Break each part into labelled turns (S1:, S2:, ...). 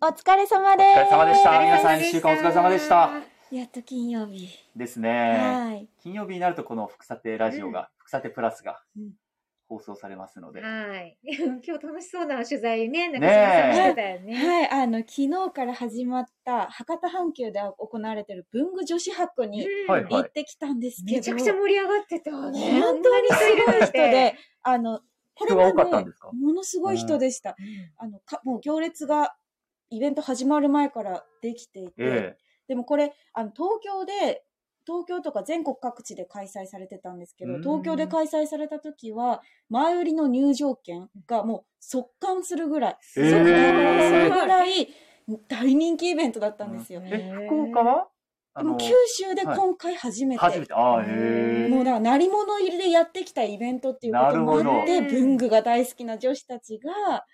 S1: お疲れ様で
S2: お
S1: す。
S2: 疲れ様でした。
S1: お疲れ
S2: 皆さ
S1: 様
S2: ん
S1: で
S2: 一
S1: す
S2: 週間お疲れ様でした。
S1: やっと金曜日。
S2: ですね。
S1: はい。
S2: 金曜日になるとこの福さてラジオが、福さてプラスが
S1: うん
S2: 放送されますので。
S3: はい。 今日楽しそうな取材ね、中
S2: ねえ
S3: 島さんしてたよね。
S1: はい、あの、昨日から始まった博多阪急で行われてる文具女子博に
S3: うん
S2: はい
S1: 行ってきたんですけど、
S3: めちゃくちゃ盛り上がってた。
S1: 本
S3: 本
S1: 当にすごい人。で、あの、こ
S2: 人が多かった
S1: ま
S2: んですか
S1: ものすごい人でした。あのか、もう行列がイベント始まる前からできていて、
S2: え
S1: でもこれ、あの、東京で、東京とか全国各地で開催されてたんですけど、
S2: うん
S1: 東京で開催された時は、前売りの入場券がもう速乾するぐらい、
S2: え
S1: 速乾する
S2: え
S1: ぐらい大人気イベントだったんですよ。
S2: え
S1: ね
S2: え、福岡はあ
S1: でも
S2: の、
S1: 九州で
S2: はい
S1: 今回初めて、
S2: 初めて。ああ、へえ。
S1: もうだから鳴り物入りでやってきたイベントっていうこともあって、
S3: なるほど
S1: 文具が大好きな女子たちが、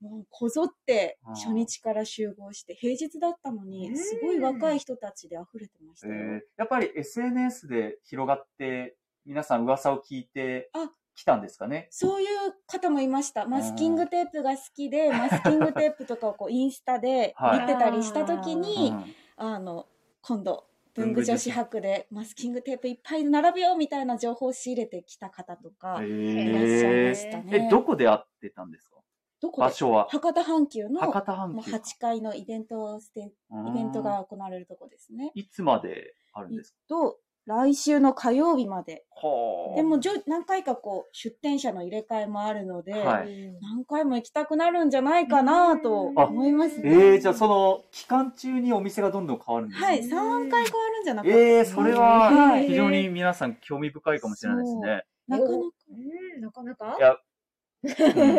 S1: もうこぞって初日から集合して、平日だったの
S3: う
S1: に、
S3: ん
S1: すごい若い人たちで溢れてました
S2: え
S1: よ。
S2: えやっぱり SNS で広がって、皆さん噂を聞いて
S1: あ
S2: きたんですかね。
S1: そういう方もいました。マスキングテープが好きで、マスキングテープとかをこうインスタで
S2: はい
S1: 見てたりした時に
S2: う、ん
S1: あの、今度、文具女子博でマスキングテープいっぱい並ぶよみたいな情報を仕入れてきた方とか、いらっしゃいま
S2: え
S1: した
S2: え。
S1: ね。
S2: え、どこで会ってたんですか
S1: どこ
S2: 場
S1: で
S2: 所は。
S1: 博多阪急の、
S2: 博多
S1: も
S2: 阪
S1: う
S2: 急。
S1: 8階のイベントステ、イベントが行われるとこですね。
S2: いつまであるんですか
S1: と、来週の火曜日まで。
S2: はあ
S1: でも、じょ何回かこう、出店者の入れ替えもあるので、
S2: はい
S1: 何回も行きたくなるんじゃないかなと
S2: あ
S1: 思いますね。
S2: えー、じゃあその期間中にお店がどんどん変わるんですね。
S1: はい、3万回変わるんじゃなかった
S2: えー、
S1: です
S2: そ
S1: か
S2: れ
S1: は
S2: はい非常に皆さん興味深いかもしれないですね。
S1: なかなか。
S3: うん、なかなか
S2: いや、うん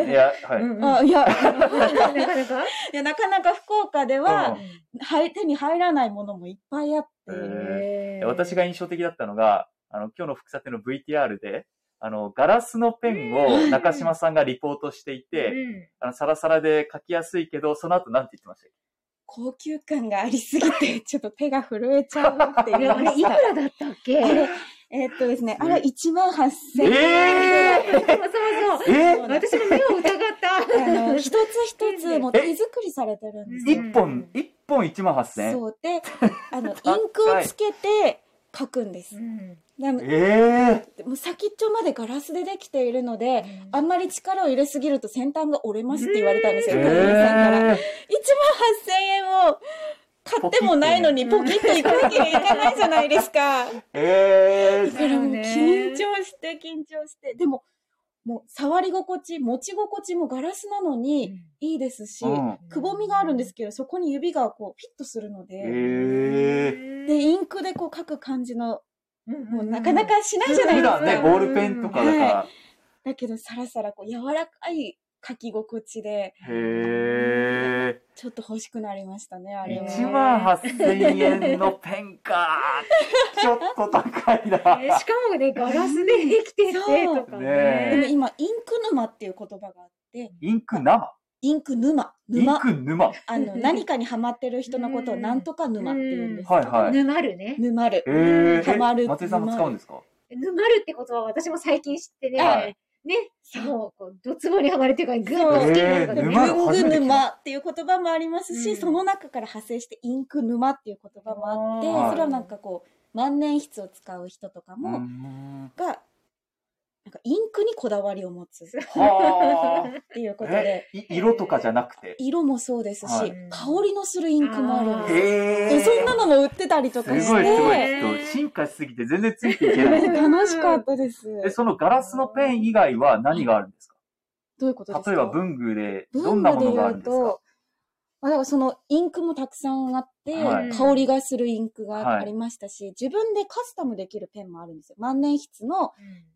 S2: いや、はい。
S3: うんうん
S1: あいや、
S3: なかなか
S1: いや、なかなか福岡で
S2: う
S1: は、
S2: ん
S1: はい、手に入らないものもいっぱいあって、
S2: え
S3: えー
S2: 私が印象的だったのが、あの、今日の福さての VTR で、あの、ガラスのペンを中島さんがリポートしていて、
S3: うん
S2: あの、サラサラで書きやすいけど、その後なんて言ってましたっ
S1: 高級感がありすぎて、 ちょっと手が震えちゃうって
S3: い
S1: 言
S3: や
S1: わ
S3: あ
S1: れま
S3: れ い
S1: し
S3: く
S1: た。
S3: らだったっけ
S1: あれ、えーっとですね、あれ1万8000
S2: け
S1: 円。
S2: え
S3: そうそうそう。
S2: ー、え
S3: 私も目を疑っ
S1: あ
S3: た。
S1: の、一つ一つもう手作りされてるんです
S2: 一
S1: よ。
S2: 本、一本1万8000円
S1: そう で、あの、イン
S2: 高い
S1: クをつけて書くんです
S3: う。ん
S1: でも
S2: え
S1: もう先っちょまでガラスでできているので、あんまり力を入れすぎると先端が折れますって言われたんです
S2: ー、
S1: よ、店員さんから。1万
S2: えー、
S1: 8000円を買ってもないのにポキッと行くわけにいかないじゃないです か。だ
S2: えー、
S1: からもう
S3: そうね
S1: 緊張して緊張して。でも、もう触り心地、持ち心地もガラスなのにいいですし、
S2: うん
S1: くぼみがあるんですけど、そこに指がこうピッとするの
S2: え
S1: で、
S2: ー、
S1: で、インクでこう書く感じの、もうなか
S3: か
S1: なかしないじゃない
S2: 普
S1: です
S2: 段ね、
S1: か。
S2: ボールペンとかだから。
S1: だけど、さらさらこう柔らかい書き心地で、
S2: へえ。
S1: ちょっと欲しくなりましたね、あれは。
S2: 1万8000円のペンか。ちょっと高いな。
S3: えーしかもね、ガラスでできててとか
S1: でも
S2: ね
S3: ね。
S1: 今、インク沼っていう言葉があって、
S2: インク生
S1: インク沼、
S2: イン
S1: 沼。
S2: ク沼
S1: あの、何かにハマってる人のことをなんとか沼って言うんですけど、
S2: はいはい。
S3: 沼るね。
S1: 沼る。
S2: えー、
S1: ハマる
S2: え松井さんも使うんですか
S3: 沼るって言葉は私も最近知って
S2: は
S3: ね。ね、もう、こう、どつぼにはまるっていうか、グ
S1: そう
S3: ッと好きになるの
S2: え
S3: で
S2: ー沼る
S1: 文
S2: 初めて
S1: 具
S2: 聞い
S1: 沼
S2: た
S1: っていう言葉もありますし、
S3: うん
S1: その中から派生してインク沼っていう言葉もあって、
S2: あーはい
S1: それはなんかこう、万年筆を使う人とかも、
S2: ん
S1: が、なんかインクにこだわりを持つっ
S2: は
S1: ていうこ
S2: あ。
S1: とで
S2: え、、い色とかじゃなくて。
S1: 色もそうですし、
S2: はい
S1: 香りのするインクもあるん
S3: あ
S1: です
S3: ー
S1: よ。
S2: へ
S1: で
S2: え。
S1: そんなのも売ってたりと
S2: す
S1: か
S2: ごい
S1: し
S2: すごい。
S1: て、
S2: ちょっと進化しすぎて全然ついていけない。
S1: 楽しかったです。
S2: え、そのガラスのペン以外は何があるんですか
S1: どういうことですか
S2: 例えば文具でど
S1: 文
S2: んなも
S1: 具で
S2: のがあ
S1: 言
S2: るん
S1: う
S2: ですか
S1: と、あだからそのインクもたくさんあって、
S2: はい
S1: 香りがするインクが
S2: はい
S1: ありましたし、自分でカスタムできるペンもあるんですよ。万年筆の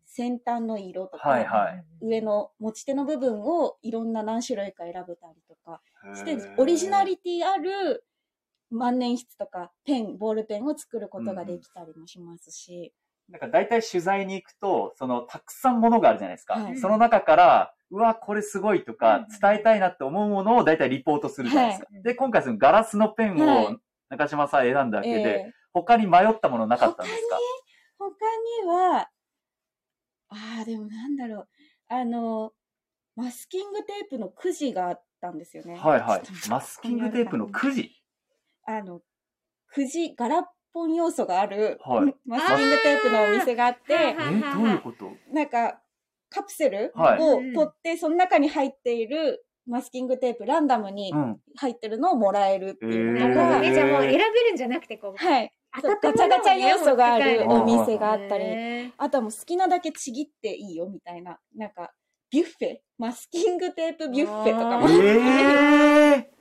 S1: 先端の色とか、
S2: はいはい
S1: 上の持ち手の部分をいろんな何種類か選べたりとかして
S2: へー、
S1: オリジナリティある万年筆とかペン、ボールペンを作ることができたりもしますし、
S2: なんか大体取材に行くと、そのたくさんものがあるじゃないですか。
S1: はい
S2: その中から、うわ、これすごいと
S3: う
S2: か
S3: ん、
S2: 伝えたいなって思うものを大体リポートするじゃないですか。
S3: はい
S2: で、今回そのガラスのペン
S1: は
S2: を中島さん選んだわけで、
S1: えー
S2: 他に迷ったものなかったんですか
S1: 他には、ああ、でもなんだろう。あの、マスキングテープのくじがあっったんですよね。
S2: はいはい
S1: ちょっ。と
S2: マスキングテープのくじ。
S1: あの、くじ、ガラポン要素がある、
S2: はい
S1: マスキングテープのお店があっ
S3: あー
S1: て
S2: え、
S3: はいはい
S2: どういうこと
S1: なんか、カプセル
S2: はい
S1: を取って、その中に入っているマスキングテープ、ランダムに
S2: うん。
S1: 入ってるのをもらえるっていう
S2: え
S1: の
S3: なるほど
S1: が、
S2: へー
S3: ね。じゃあもう選べるんじゃなくて、こう、
S1: はい。
S3: ガ
S1: そうガチャガチャ要素があるお店があったり、
S3: り。
S1: あとはもう好きなだけちぎっていいよみたいな、なんか、ビュッフェ、マスキングテープビュッフェとか
S3: あ
S1: も、
S3: ー
S2: ええ。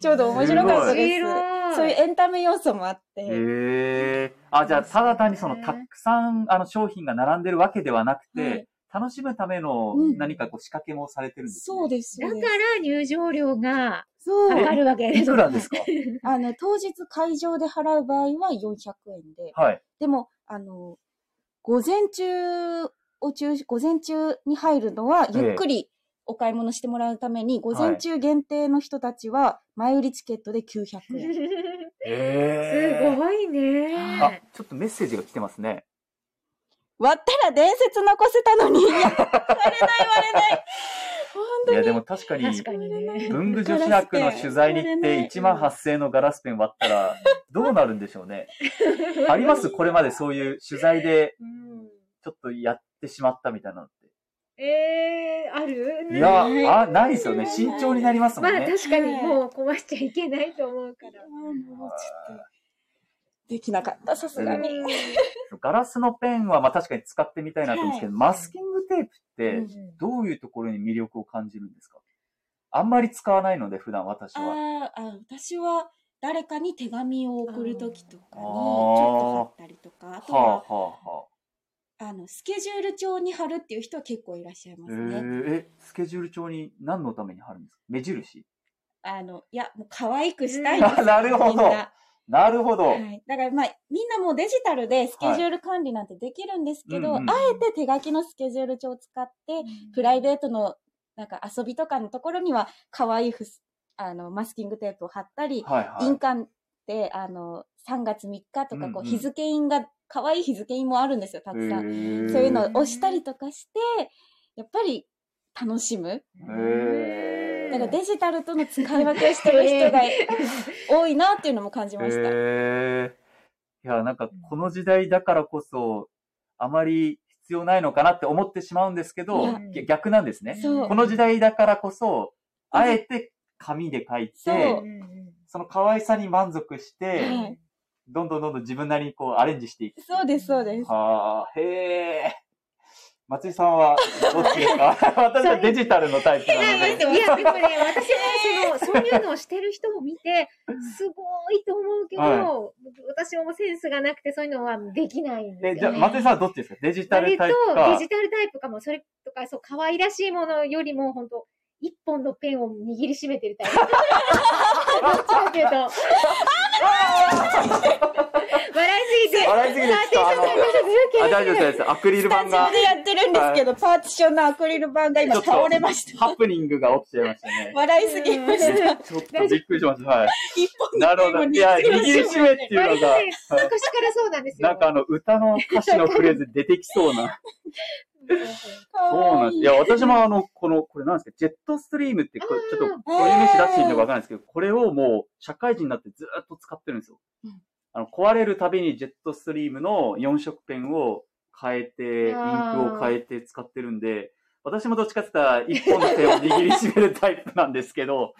S1: ちょうど面白かったです。
S3: 面白い
S1: そういうエンタメ要素もあって、
S2: ええ。あ、じゃあ、ただ単にその、たくさん、あの、商品が並んでるわけではなく
S1: はい
S2: て、楽しむための
S1: うん
S2: 何かこう仕掛けもされてるんですね。
S1: そうです
S3: だ
S1: よ、
S3: か
S1: ね。
S3: ら入場料が
S1: そ
S3: 上
S1: う
S3: が。るわけ
S2: いくら ですか
S1: あの、当日会場で払う場合は400円で、
S2: はい。
S1: でも、あの、午前中を中、午前中に入るのは、
S2: ええ
S1: ゆっくりお買い物してもらうために、午前中限定の人たちは、前売りチケットで900円。
S2: え
S3: すごいね。
S2: あ、ちょっとメッセージが来てますね。
S1: 割ったら伝説残せたの に、いや割れない割れない。
S2: い
S1: 本
S2: や、でも確かに、
S3: 確かにね。
S2: 文具女子博の取材に行って1万8000円のガラスペン割ったらどうなるんでしょうね。ありますこれまでそういう取材で
S3: うん
S2: ちょっとやってしまったみたいなのっ
S3: えー、ある
S2: て。いや
S1: ない、
S2: あ、ないですよね。慎重になりますも
S3: まあ
S2: んね。
S3: 確かにもう壊しちゃいけないと思うから。
S1: 当に。もうちょっと、できなかった、さすがに。
S2: ガラスのペンはまあ確かに使ってみたいなと思うんですけど、マスキングテープ
S1: う
S2: っ
S1: ん
S2: てどういうところに魅力を感じるんですかあんまり使わないので、普段私は。
S1: あーあ、私は誰かに手紙を送るときとかに、ち
S2: あー
S1: ょっと貼ったりとか、あ
S2: は
S1: と
S2: あ
S1: は、
S2: はあはあ。
S1: あの、スケジュール帳に貼るっていう人は結構いらっしゃいま
S2: え
S1: すね。
S2: ーえ、スケジュール帳に何のために貼るんですか目印
S1: あの、いや、もう可愛くしたいんです
S2: うん なるほど
S1: みんな
S2: なるほど。
S1: はい。だからまあ、みんなもうデジタルでスケジュール管理なんてできるんですけど、
S2: はいうんうん
S1: あえて手書きのスケジュール帳を使って、プライベートのなんか遊びとかのところには、可愛いふす、あの、マスキングテープを貼ったり、
S2: はいはい。
S1: 印鑑って、あの、3月3日と
S2: う
S1: か、こ
S2: んう
S1: う、
S2: ん
S1: 日付印が、可愛い日付印もあるんですよ、たくさん。
S2: へー
S1: そういうのを押したりとかして、やっぱり楽しむ。
S2: へー
S1: なんかデジタルとの使い分けをしてる人が 多いなっていうのも感じまし
S2: へ
S1: た。
S2: ーいや、なんかこの時代だからこそ、あまり必要ないのかなって思ってしまうんですけ
S1: い
S2: ど
S1: や、
S2: ぎ逆なんですね。
S1: そう
S2: この時代だからこそ、
S1: うん
S2: あえて紙で書い
S1: そ
S2: て、その可愛さに満足して、
S1: はい
S2: どんどんどんどん自分なりにこうアレンジしていく。
S1: そうです、そうです。
S2: はあ、へえ。松井さんはどっちですか私はデジタルのタイプなの
S3: いや
S2: で。
S3: でもね、私もその、そういうのをしてる人を見て、すごいと思うけど、
S2: は
S3: 私もセンスがなくて、そういうのはできないん
S2: え
S3: です
S2: じゃあ、
S3: よ、ね。
S2: 松井さんはどっちですかデジタル
S3: 割と
S2: タイプか
S3: デ。ジタルタイプかも、それとか、そう、可愛らしいものよりも、本当一本のペンを握りしめてるタ イプ。どっちかっていうと。笑いすぎて。
S2: 笑いすぎです
S3: パーティション
S2: あのあ、
S3: が
S2: 大丈夫です。アクリル
S1: スタ
S2: 板
S1: ジ
S2: が
S1: オ、でやってるんですけど、パーティションのアクリル板が 今
S2: ちょっと
S1: 倒れました。
S2: ハプニングが起きちゃいました ね。
S1: 笑いすぎました。
S2: ちょっとびっくりしました。はい。
S1: 一本
S2: な
S1: の
S2: るほど。いや、
S1: 手を
S2: 握
S1: 握り
S2: り
S1: し
S2: し
S1: め
S2: めってていうのが、
S3: 昔からそうなんですよ。
S2: なんかあの、歌の歌詞のフレーズ出てきそうな。そうなんです。いや、私もあの、この、これなんですか、ジェットストリームって、これちょっと、こういう飯出していいのかわかんないですけど、これをもう、社会人になってずーっと使ってるんですよ
S1: うん。
S2: あの、壊れるたびにジェットストリームの4色ペンを変えて、インクを変えて使ってるんで、私もどっちかって言ったら、一本の手を握りしめるタイプなんですけ ど、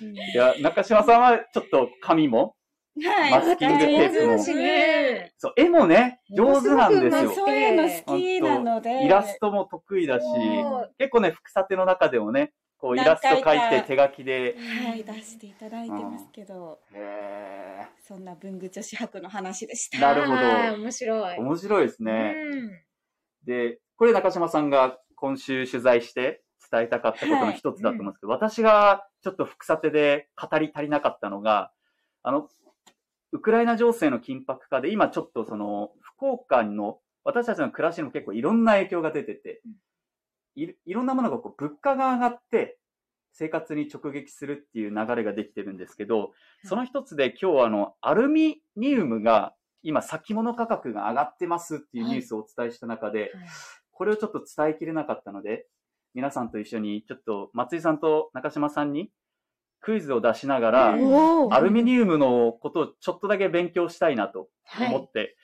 S2: いや、中島さんはちょっと紙も、
S1: はい。
S2: マスキングテープも
S3: 上手だしね。
S2: そう、絵もね、上手なんです
S1: まあ
S2: よ。
S1: そういうの好きなので。
S2: イラストも得意だし、
S3: もう
S2: 結構ね、副査定の中でもね、こうイ
S1: 何
S2: ラスト
S1: 回か
S2: 描いて手書きで。
S1: はい、出していただいてますけど、
S2: へ
S1: そんな文具女子博の話でした。
S2: なるほど
S3: あー面白い
S2: ー。面白いですね。
S3: うん
S2: で、これ中島さんが今週取材して伝えたかったことの一つだと思うんですけど、私がちょっと副査定で語り足りなかったのが、あの、ウクライナ情勢の緊迫化で今ちょっとその、福岡の私たちの暮らしにも結構いろんな影響が出てて、いいろんなものがこう物価が上がって生活に直撃するっていう流れができてるんですけど、その一つで今日はあのアルミニウムが今先物価格が上がってますっていうニュースをお伝えした中で、これをちょっと伝えきれなかったので、皆さんと一緒に、ちょっと松井さんと中島さんにクイズを出しながら、
S3: うん
S1: おー
S2: アルミニウムのことをちょっとだけ勉強したいなと
S3: はい
S2: 思って、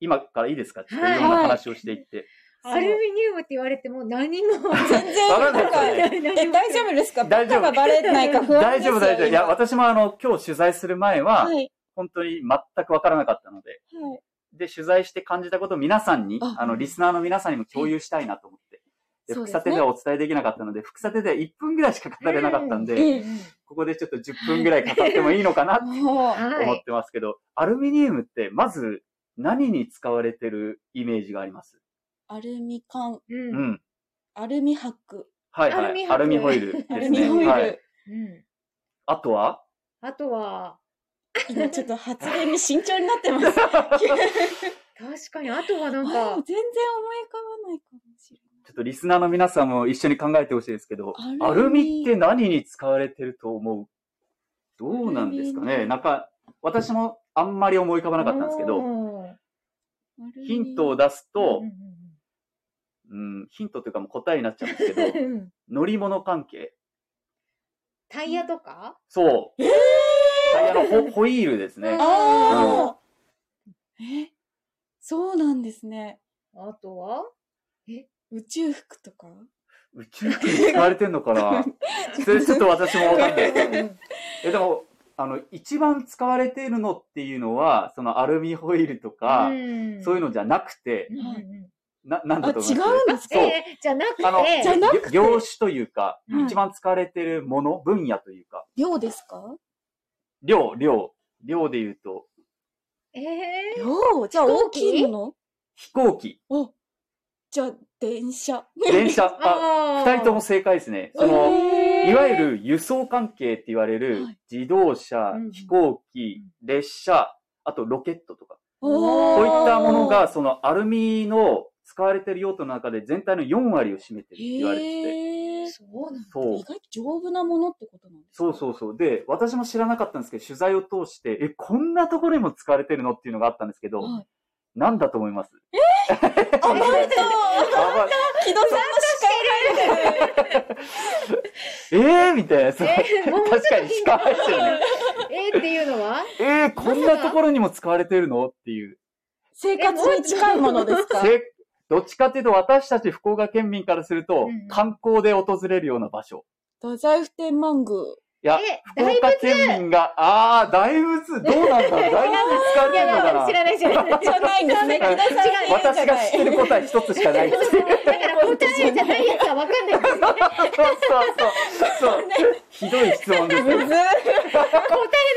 S2: 今からいいですかちょっとい
S3: はい
S2: ろんな話をしていって。
S3: アルミニウムって言われても何 も。
S1: 全然
S2: わかんない
S1: なんか
S2: ですよね
S1: え大丈夫ですか
S2: 大丈夫
S1: バカがバレないか不安
S2: 大
S1: です
S2: 丈
S1: よ
S2: 夫、大丈夫。いや、
S1: 今
S2: 私もあの、今日取材する前は、
S1: はいはい
S2: 本当に全くわからなかったので、で、取材して感じたことを皆さんに、
S1: あ
S2: あの、リスナーの皆さんにも共有したいなと思って。で、
S1: そう
S2: 副
S1: ですね
S2: 査定ではお伝えできなかったので、副査定では1分ぐらいしか語れなかったんで、
S1: ええ
S2: ここでちょっと10分ぐらい語ってもいいのか なって
S1: もう
S2: 思っ
S3: はい。
S2: てますけど、アルミニウムって、まず、何に使われてるイメージがあります
S1: アルミ缶
S3: う。
S2: うんん。
S1: アルミ箔
S2: はい
S3: アル
S2: は
S3: ミ
S2: い。
S3: 箔
S2: アルミホイルですね。
S1: アルミホイル、
S2: はい。
S3: うん。
S2: あと は
S3: あとは、
S1: 今ちょっと発言に慎重になってますちょっ
S3: 確かに、あとはな
S1: と
S3: ん
S1: 全然思い浮
S3: か、
S1: かばないかもしれ
S2: ちょっとリスナーの皆さんも一緒に考えてほしいですけど、
S1: ア
S2: ア
S1: ルミ
S2: ルミって何に使われてると思うどうなんですか
S1: アル
S2: ね
S1: ミ
S2: なんか、私もあんまり思い浮かばなかったんですけど、
S3: ど。
S1: ないアルミ
S2: ヒントを出すと
S3: うん、
S2: うん、ヒントというかもう答えになっちゃうんですけ
S3: う
S2: ど
S3: ん、うんうん
S2: 乗り物関係。
S3: タイヤとか
S2: そう。
S1: えー
S2: タイヤの ホホイールですね。
S1: ああ、えそうなんですね
S3: あ とは
S1: 宇宙服とか
S2: 宇宙機に使われてんのか なそれちょっと私もわ かんないですね。え、でも、あの、一番使われているのっていうのは、そのアルミホイルとか、そういうのじゃなくて、
S3: うんうん
S2: な、なん
S1: あ違
S2: だ
S1: うん
S2: と
S1: で
S2: 思います
S1: す
S2: そう
S1: か
S3: えーじゃなくて、
S2: あの
S1: じゃなくて
S2: 業業種というか、
S1: うん
S2: 一番使われてるもの、分野というか、
S1: 量ですか
S2: 量、量、量で言うと、
S3: えー
S1: 量じゃあ
S3: 飛
S1: 大
S3: 行機
S1: きいも
S2: 飛行機、
S1: のおじゃあ電車
S2: 電車、あ、
S3: あー
S2: 二人とも正解ですね。その、
S1: えー
S2: いわゆる輸送関係って言われる
S1: はい
S2: 自動車
S3: うん、
S2: 飛行機、列車、あとロケットとか、
S1: おー
S2: こういったものが、そのアルミの使われてる用途の中で全体の4割を占めてるって言われてて、
S1: へー
S3: そうなんだ。
S2: そう
S1: 意。外と丈夫なものってことなんです
S2: そうそうそう。で、私も知らなかったんですけど、取材を通して、え、こんなところにも使われてるのっていうのがあったんですけど、
S1: はい
S2: なんだと思います
S1: あ、本当
S2: あ
S1: 木戸さんの視界が
S2: えーみたいな、そう
S3: えーもうちょっと
S2: 確かに
S3: ヒン
S2: し
S3: ト
S2: かないですよね。
S3: えーっていうのは
S2: えー、こんなところにも使われてるのっていう。
S1: 生活に近いものですか
S2: せどっちかっていうと、私たち福岡県民からすると、
S3: うん
S2: 観光で訪れるような場所。
S1: 太宰府天満宮。
S2: いや、
S3: え、
S2: 福
S3: だいぶ
S2: 岡県民が、あー、大仏、どうなんだろ う大仏に使わ
S3: い
S2: れて
S3: や
S2: るのかな
S3: 知らないじゃない。
S1: じゃないんですね。木戸さんが言うんじゃ
S2: 私が
S1: な
S2: 知
S1: い
S2: ってる答え一つしかない。そう
S3: だから答えじゃないやつはわかんないですね。
S2: そうそう。 そう。ひどい質問ですね。
S1: むずい
S3: 答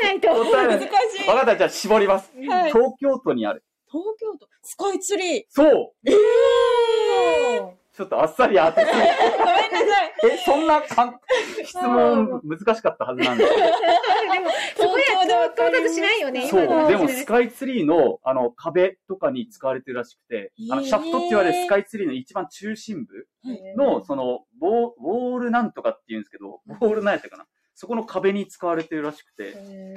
S3: えないと。
S2: 答えな
S1: 難
S2: い
S1: しい。
S2: わかった、じゃあ絞ります。
S1: はい
S2: 東京都にある。
S1: 東京都、スカイツリー。
S2: そう
S1: ええー。
S2: ちょっとあっさり当てて。
S1: ごめんなさい。
S2: え、そんなかん質問難しかったはずなんですけ
S3: でも、そこやと到達しないよね、
S2: ど。
S3: 今
S2: そ
S3: の。
S2: う。でもスカイツリーの、あの、壁とかに使われてるらしくて、あの、シャフトって言われるスカイツリーの一番中心部の、その、ボーウォールなんとかって言うんですけど、ウォールなんやったかな。そこの壁に使われてるらしくて。え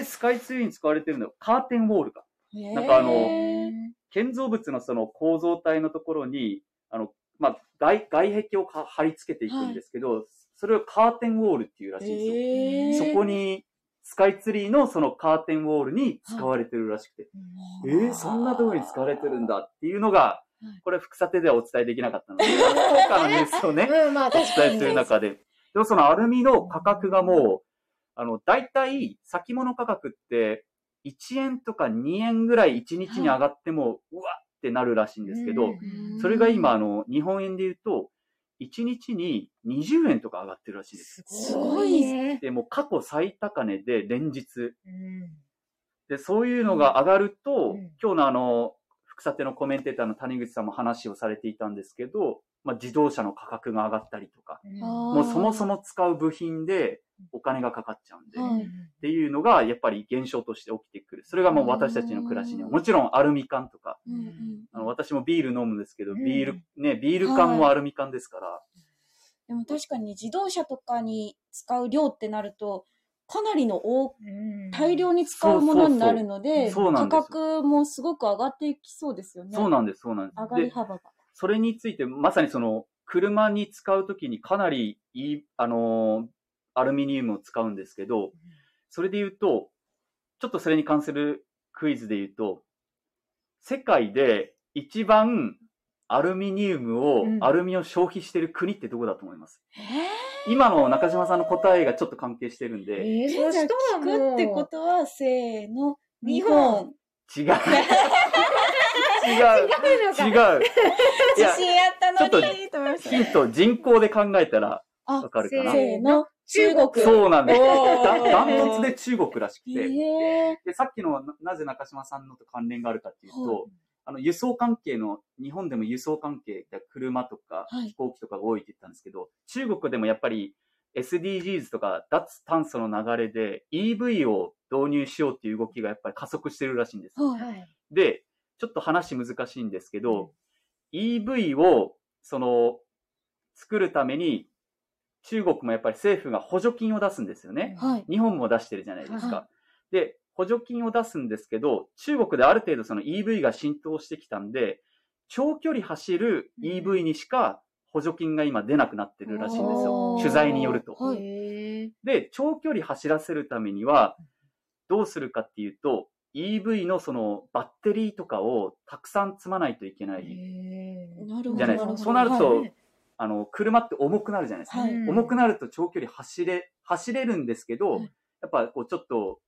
S2: ー、スカイツリーに使われてるのカーテンウォールか。なんかあの
S1: へー
S2: 建造物のその構造体のところに、あの、まあ、外、外壁をか貼り付けていくんですけど、それをカーテンウォールっていうらしいんで
S1: へー
S2: すよ。そこに、スカイツリーのそのカーテンウォールに使われてるらしくて、えー、そんなところに使われてるんだっていうのが
S1: はい、
S2: これ、副査定ではお伝えできなか ったので、今回のニュースをね、
S3: うん、まあ確
S2: お
S3: か
S2: 伝え
S3: に
S2: す
S3: ね。
S2: る中で。でもそのアルミの価格がもう、あの、大体、先物価格って、1円とか2円ぐらい1日に上がっても、うわってなるらしいんですけ
S3: う
S2: ど
S3: ん、
S2: それが今、あの、日本円で言うと、1日に20円とか上がってるらしいです。
S1: すごい
S3: ね。
S2: で、もう過去最高値で連日。
S3: うん
S2: で、そういうのが上がると、
S3: うん
S2: 今日のあの、副査定のコメンテーターの谷口さんも話をされていたんですけど、まあ、自動車の価格が上がったりとか、もうそもそも使う部品でお金がかかっちゃうんで、
S1: は
S2: っ
S1: い
S2: ていうのがやっぱり現象として起きてくる。それがもう私たちの暮らしには、もちろんアルミ缶とか、
S1: うんうん
S2: あの私もビール飲むんですけど、
S3: うん
S2: ビール、ね、ビール缶もアルミ缶ですから、
S1: でも確かに自動車とかに使う量ってなると、かなりの大
S3: うん
S1: 大量に使うものになるので、
S2: そうそうそうそうなん
S1: 価
S2: です
S1: 格もすごく上がっていきそうですよね。
S2: そうなんです、そうなん
S1: 上
S2: です。
S1: がり
S2: で、
S1: 幅が。
S2: それについてまさにその、車に使うときにかなりいい、あのーアルミニウムを使うんですけど、それで言うと、ちょっとそれに関するクイズで言うと、世界で一番アルミニウムを、
S3: うん
S2: アルミを消費してる国ってどこだと思います
S1: え
S2: 今の中島さんの答えがちょっと関係してるん
S3: え
S2: で、
S3: ー、
S1: ー、
S3: そ
S1: じゃ
S3: した
S1: あ
S3: ら
S1: 聞く
S3: も
S1: っ
S3: う
S1: てことは、せーの、
S3: 日
S1: 日
S3: 本
S1: 本。
S2: 違う。違う。
S3: 違うのか
S2: 違う。いや
S1: 自、信あったの
S2: ちょっ
S1: にと思いまし
S2: ヒ
S1: た。
S2: ント、人口で考えたら
S1: あ
S2: わかるかな
S3: せ。
S1: せーの、中国。
S2: そうなんです。
S1: おー
S2: ダダントツで中国らしくて。
S1: ええ
S2: で、さっきのななぜ中島さんのと関連があるかっていう
S1: は
S2: と、あの、輸送関係の、日本でも輸送関係で車とか
S1: はい
S2: 飛行機とかが多いって言ったんですけど、中国でもやっぱり SDGs とか脱炭素の流れで EV を導入しようっていう動きがやっぱり加速してるらしいんです。
S1: はい。
S3: はい。
S2: で、ちょっと話難しいんですけど、EV を、その、作るために、中国もやっぱり政府が補助金を出すんですよね。
S1: はい。
S2: 日本も出してるじゃないですか
S1: は。
S2: で、補助金を出すんですけど、中国である程度その EV が浸透してきたんで、長距離走る EV にしか補助金が今出なくなってるらしいんですよ。
S1: おー
S2: 取材によると
S1: はい
S3: へー
S2: で、長距離走らせるためには、どうするかっていうと、EV のそのバッテリーとかをたくさん積まないといけない。
S3: へー
S1: なるほど。
S2: じゃないです
S1: る
S2: か
S1: ほど
S2: そうなると
S1: はい
S2: そうあの、車って重くなるじゃないですか。
S1: はい
S2: 重くなると長距離走れ、走れるんですけど、
S1: はい
S2: やっぱこうちょっと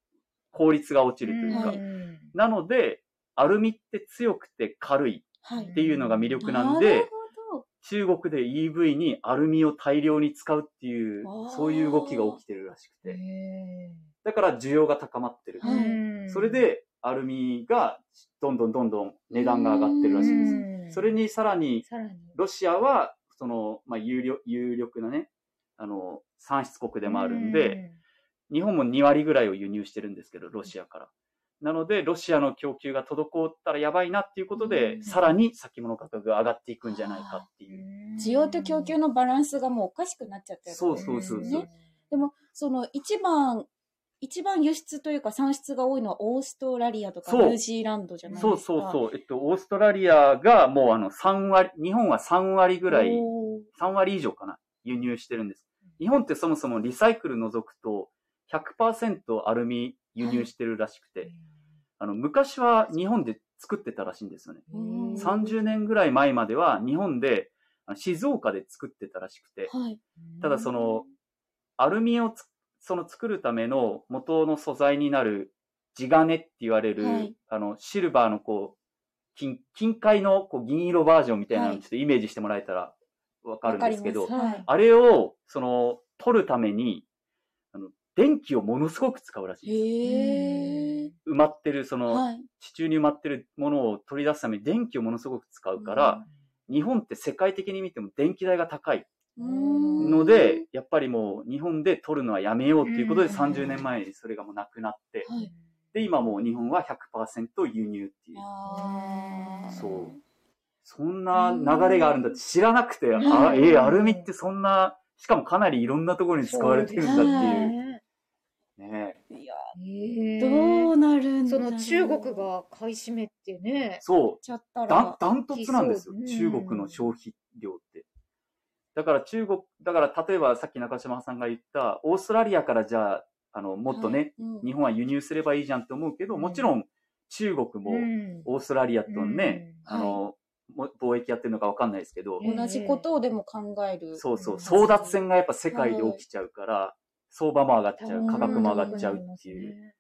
S2: 効率が落ちるというか。
S1: は
S3: う
S1: い
S3: ん
S2: なので、アルミって強くて軽い
S1: はい。
S2: っていうのが魅力なんで、
S1: なるほど
S2: 中国で EV にアルミを大量に使うっていう
S1: あー、
S2: そういう動きが起きてるらしくて。
S3: へ
S2: だから需要が高まってる。
S1: はい
S3: ー
S2: それ、でアルミがどんどんどんどん値段が上がってるらしいんですよ。
S3: うん
S2: それ、にさらに
S3: さらに、
S2: ロシアはその、まあ、有力有力なね、あの、産出国でもあるんで、日本も2割ぐらいを輸入してるんですけど、ロシアから。なので、ロシアの供給が滞ったらやばいなっていうことで、
S3: うん
S2: さらに先物価格が上がっていくんじゃないかって
S3: う
S2: いう。
S3: ん、
S1: 需要と供給のバランスがもうおかしくなっちゃってる
S2: そうそうそうそう。
S1: ねその一番、一番輸出というか産出が多いのはオーストラリアとか
S2: そ
S1: ニ
S2: う
S1: ュージーランドじゃないですか。
S2: そうそうそう。えっと、オーストラリアがもうあの3割、日本は3割ぐらい、
S1: おー
S2: 3割以上かな、輸入してるんです。日本ってそもそもリサイクル除くと100%アルミ輸入してるらしくて、あの、昔は日本で作ってたらしいんですよね。
S1: うん
S2: 30年ぐらい前までは日本で、あの静岡で作ってたらしくて、
S1: はい。
S2: ただその、アルミをつその作るための元の素材になる地金って言われる、
S1: はい
S2: あの、シルバーのこう、金、金塊のこう銀色バージョンみたいなの
S1: は
S2: を
S1: い
S2: ちょっとイメージしてもらえたらわかるんですけど、
S1: わかりますはい
S2: あれを、その、取るために、あの、電気をものすごく使うらしいです。
S1: へえ。
S2: 埋まってる、その、
S1: はい。
S2: 地中に埋まってるものを取り出すために電気をものすごく使うから、日本って世界的に見ても電気代が高いの
S1: の
S2: で、、やっぱりもう日本で取るのはやめようっていうことで
S3: うん
S2: 30年前にそれがもうなくなって、
S1: はい。
S2: で、今もう日本は100%輸入っていう、
S1: あー
S2: そう。そんな流れがあるんだって知らなくて、
S1: ん
S2: あ、え
S3: うん
S2: アルミってそんな、しかもかなりいろんなところに使われてるんだっていう。ね
S1: いや
S3: い
S1: どうなるんだ
S3: そ
S1: ろう
S3: の中国が買い占めっていうね。
S2: そう。
S1: ちゃった
S2: ダン
S1: ら。
S2: ダントツなんですよ、
S3: そううん
S2: 中国の消費量って。だから中国、だから例えばさっき中島さんが言った、オーストラリアからじゃあ、あの、もっとね、
S1: はい、うん
S2: 日本は輸入すればいいじゃんって思うけど、
S3: うん
S2: もちろん中国も
S3: うん
S2: オーストラリアとね、
S1: うん
S2: あの、も貿易やってるのかわかんないですけど、
S3: え
S1: 同じことをでも考える。
S2: そうそう、
S3: うん
S2: 争奪戦がやっぱ世界で起きちゃうから、相場も上がっちゃ
S1: う
S2: う、
S1: ん
S2: 価格も上がっちゃうっていう。。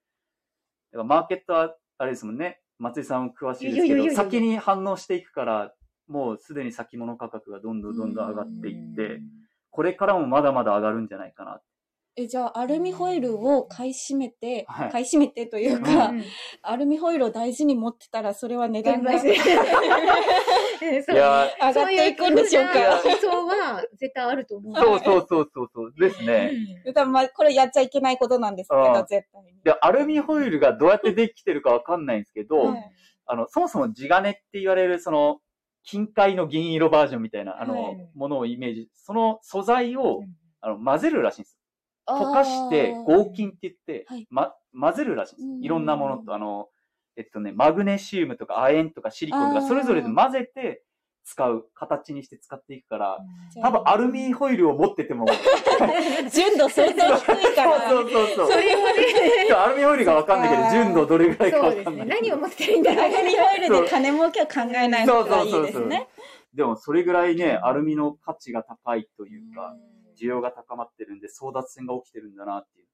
S2: だからマーケットは、あれですもんね、松井さんも詳しいです
S3: いや
S2: け
S3: いやいやい
S2: ど、
S3: や
S2: 先に反応していくから、もうすでに先物価格がどんどんどんどん上がっていって、これからもまだまだ上がるんじゃないかな。
S1: え、じゃあ、アルミホイルを買い占めて、
S2: はい
S1: 買い占めてという
S3: うん、
S1: か、アルミホイルを大事に持ってたら、それは値段が上
S3: 転売す
S2: い
S3: る
S2: や
S1: がっていくんでしょう
S3: そういう
S1: か。
S3: 風な思想は絶対あると思う。
S2: ー、そうそうそうそうそう、ですね。
S1: 多分まあ、これやっちゃいけないことなんですけ
S2: あ
S1: ど
S2: ー、
S1: 絶対に。
S2: で、アルミホイルがどうやってできてるかわかんないんですけど、
S1: はい
S2: あの、そもそも地金って言われる、その、金塊の銀色バージョンみたいな、あの、
S1: はい
S2: ものをイメージ、その素材を、あの混ぜるらしいんです。溶
S1: 溶
S2: かして合金って言って、
S1: はい
S2: ま、混ぜるらしいんで
S1: うんうんうん
S2: す。いろんなものと、あの、えっとね、マグネシウムとか亜鉛とかシリコンと
S1: あ
S2: か、
S1: ー
S2: それぞれで混ぜて使う、形にして使っていくから、多分アルミホイルを持ってても、
S1: 純度相当低いか
S2: そ
S1: ら。
S2: うそうそう
S3: そ。れもね、
S2: アルミホイルがわかんないけど、純度どれぐらいか
S3: そう
S2: わ
S3: で
S2: か
S3: す
S2: んな
S3: ね。
S2: い。
S3: 何を持っていいんだろ
S1: ア
S3: う。
S1: ルミホイルで金儲けを考えない方がいいですね。
S2: でもそれぐらいね、アルミの価値が高いというか、需要が高まってるんで、争奪戦が起きてるんだなっていう。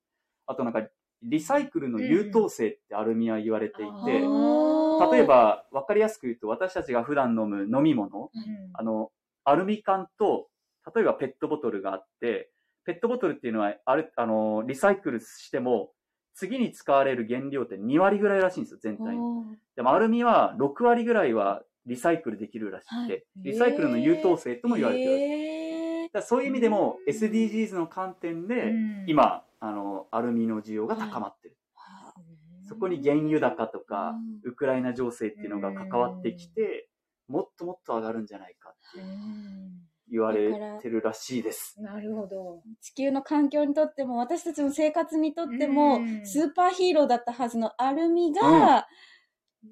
S2: あとなんか、リサイクルの優等生ってアルミは言われてい
S3: うん
S2: て、
S3: あ
S1: ー
S2: 例え、ば、わかりやすく言うと、私たちが普段飲む飲み物、あの、アルミ缶と、例えばペットボトルがあって、ペットボトルっていうのは、ある、あの、リサイクルしても、次に使われる原料って2割ぐらいらしいんですよ、全体の。でもアルミは6割ぐらいはリサイクルできるらしくて、
S1: は
S2: リサイクルの優等生とも言われてるらしい。
S1: る。
S2: だからそういう意味でも
S3: うん
S2: SDGs の観点で、
S3: うん
S2: 今あのアルミの需要が高まってる、そこに原油高とか、ウクライナ情勢っていうのが関わってきて、もっともっと上がるんじゃないかって言われてるらしいです。
S3: なるほど。
S1: 地球の環境にとっても、私たちの生活にとって
S3: う
S1: も
S3: ん、
S1: スーパーヒーローだったはずのアルミが、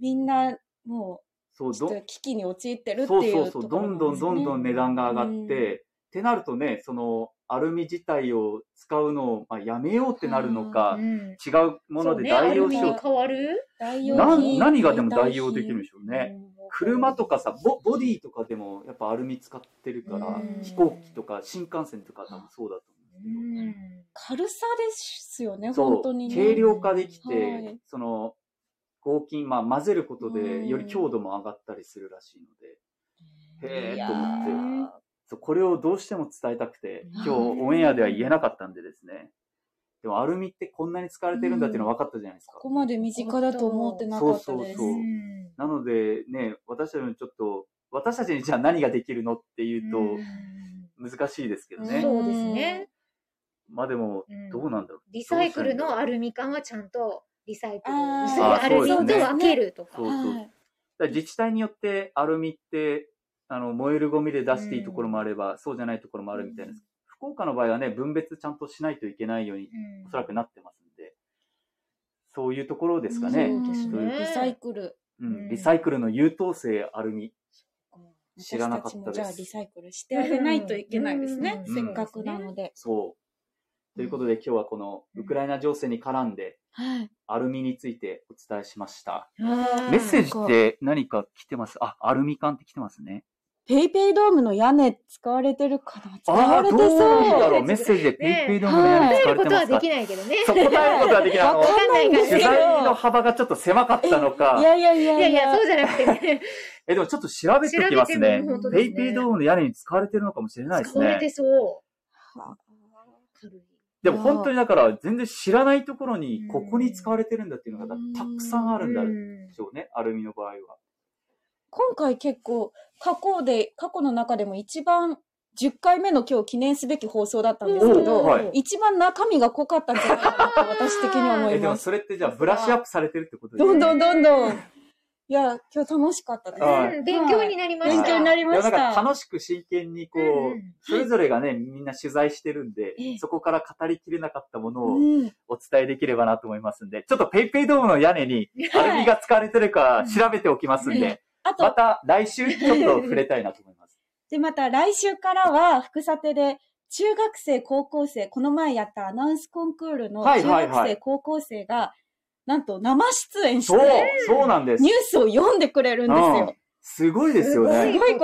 S1: みんな、も
S2: そう
S1: う、ちょっ
S2: ど
S1: と危機に陥ってるって
S2: そう
S1: い
S2: そう
S1: う
S2: そ
S1: と
S2: う、
S1: こ
S2: ど
S1: ろなん
S2: ん
S1: ですね。
S2: どんどんどん値段が上がって、ってなるとね、そのアルミ自体を使うのを、まあ、やめようってなるのか、
S3: うん
S2: 違うもので
S3: そうね
S2: 代
S3: アル
S2: 用
S3: ミ
S2: し
S3: に
S2: よ
S3: 変わる
S1: 代
S2: う。
S1: 用
S2: な
S1: 品
S2: 何がでも代用できるんでしょうね。
S3: うん
S2: 車とかさボボディとかでもやっぱアルミ使ってるから、
S3: うん
S2: 飛行機とか新幹線とか多分そうだと思う
S3: う
S2: んです
S3: ん
S1: 軽さですよね、
S2: けど、
S1: 本当にね。
S2: そう軽量化できて、
S1: はい
S2: その合金、まあ、混ぜること
S1: う
S2: で
S1: ん
S2: より強度も上がったりするらしいので、へえと思って
S1: いやー
S2: そうこれをどうしても伝えたくて今日
S1: はい
S2: オンエアでは言えなかったんでですねでもアルミってこんなに使われてるんだっていうの分かったじゃないですか
S1: こ、こまで身近だと思ってなかったです。
S2: そう
S3: うん
S2: なのでね私たちもちょっと私たちにじゃあ何ができるのっていうと、難しいですけどね。
S3: そうですね。
S2: まあでも、
S3: うん
S2: どうなんだろう。
S3: リサイクルのアルミ缶はちゃんとリサイクル
S1: あー
S3: するアルミと分けるとか
S2: そ。うそう
S1: はい
S2: だから自治体によってアルミって、あの、燃えるゴミで出していいところもあれば、そうじゃないところもあるみたいです。福岡の場合はね、分別ちゃんとしないといけないように、
S3: うん
S2: おそらくなってますんで、そういうところですか
S1: う
S2: ね
S1: ん。
S2: という
S1: リサイクル。
S2: う
S3: うん
S2: ん、リサイクルの優等生アルミ。知らなかったです
S1: 私たちもじゃあリサイクルしてあげないといけないですね。
S2: うん
S1: せっかくなので。
S2: そう。ということで今日はこのウクライナ情勢に絡んで、
S1: はい。
S2: アルミについてお伝えしました。
S3: あ
S2: メッセージって何か来てますあ、アルミ缶って来てますね。
S1: ペイペイドームの屋根使われてるかな使
S2: あ
S1: わ
S2: あ、
S1: れて
S2: どうなんだ
S1: そう。
S2: ろう。メッセージでペイペイドームのや
S1: ね
S2: り使
S3: 答
S2: われ
S3: える
S2: て
S3: こと
S2: ま
S3: は
S2: す
S3: で
S2: か
S3: きないけどね。
S2: そう答えることはできない。あの
S1: わかんないんです
S2: 取
S1: けど。
S2: 材の幅がちょっと狭かったの
S1: い
S2: か。
S1: やいやいや
S3: いやいや、そうじゃなくてね。
S2: え、でもちょっと調べておきます
S3: 調べて
S2: ね
S3: みる本当。で
S2: ペ
S3: す
S2: イ
S3: ね
S2: ペイドームの屋根に使われてるのかもしれないです
S3: 使われて
S2: ね。
S3: そう。
S1: は
S3: 軽い
S2: でも本当にだから全然知らないところにここに使われてるんだっていうのが
S1: うん
S2: たくさんあるんだ
S3: う
S2: で
S3: ん
S2: しょうね。アルミの場合は。
S1: 今回結構過去で、過去の中でも一番10回目の今日記念すべき放送だったんですけ
S2: おうは
S1: ど、
S2: い
S1: 一番中身が濃かったんじゃないかなと私的には思
S2: え、
S1: い
S2: でも
S1: ます。
S2: それってじゃあブラッシュアップされてるってことです
S1: ど
S2: ね
S1: んどんどんどん。いや、今日楽しかったです。
S2: はい
S3: うん勉強になりました。
S1: 勉強になりまし
S2: いやなんか
S1: た。
S2: 楽しく真剣にこう、
S3: うんうん
S2: それぞれがね、みんな取材してるんで
S1: ええ、
S2: そこから語りきれなかったものを
S1: うん
S2: お伝えできればなと思いますんで、ちょっとペイペイドームの屋根にアルミが使われてるか調べておきますん
S1: うん
S2: で、
S1: あ
S2: ま
S1: と、
S2: た来週ちょっと触れたいなと思い ます。
S1: で、また来週からは、福さてで、中学生、高校生、この前やったアナウンスコンクールの
S2: は
S1: 中
S2: いはいはい
S1: 学生、高校生が、なんと生出演し
S2: そう
S1: て、、
S2: そうなんです
S1: ニュー。スを読んでくれるんです
S2: うん
S1: よ。
S2: すごいですよ
S1: すご
S2: ね。
S1: い
S2: い
S3: ですね。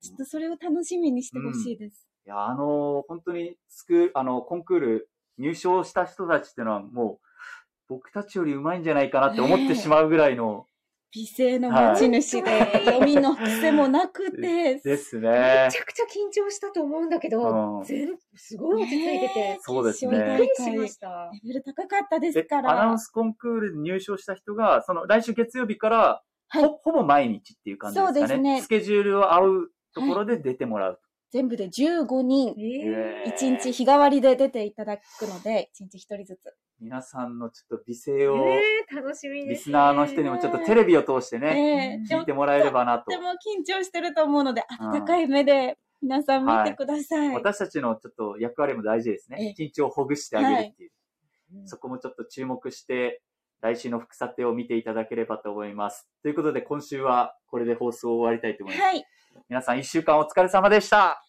S1: ちょっとそれを楽しみにしてほしいです。
S2: や、あのー本当にスクール、あの、コンクール入賞した人たちっていうのはもう、僕たちより上手いんじゃないかなって思ってしまうぐらいの、
S1: 美声の持ち主で、読みの癖もなくて、
S2: です
S3: め
S2: ね。
S3: ちゃくちゃ緊張したと思うんだけ
S2: う
S3: ど
S2: ん、
S3: 全すごい落ち着いてて
S1: ね、
S2: そうですね
S1: 決
S3: びっく
S1: 勝
S3: り
S1: 大
S3: し
S1: 会
S3: ました。
S1: レベル高かったで
S2: です
S1: から。
S2: アナウンスコンクールに入賞した人が、その来週月曜日からほ、
S1: はい
S2: ほぼ毎日っていう感じですかね。
S1: そうですね
S2: スケジュールを合うところで出てもらう。
S1: 全部で15人、
S2: え
S3: え
S2: ー
S1: 1日日替わりで出ていただくので、1日1人ずつ。
S2: 皆さんのちょっと美声
S3: ー
S2: を、
S3: ねえ楽しみですね。
S2: リスナーの人にもちょっとテレビを通してね、
S1: ええ
S3: うん
S1: で
S2: 聞
S1: も
S2: いてもらえればなと
S1: とて。も緊張してると思うので、温かい目で皆さん見てください。
S2: 私たちのちょっと役割も大事ですね。緊張をほぐしてあげるっていう。そこもちょっと注目して、来週の副査定を見ていただければと思います。ということで今週はこれで放送を終わりたいと思います。
S1: はい。
S2: 皆さん一週間お疲れ様でした。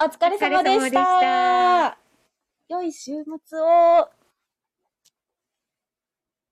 S1: お疲れ様で
S3: お疲れ様で
S1: し
S3: した
S1: た。良い週末を。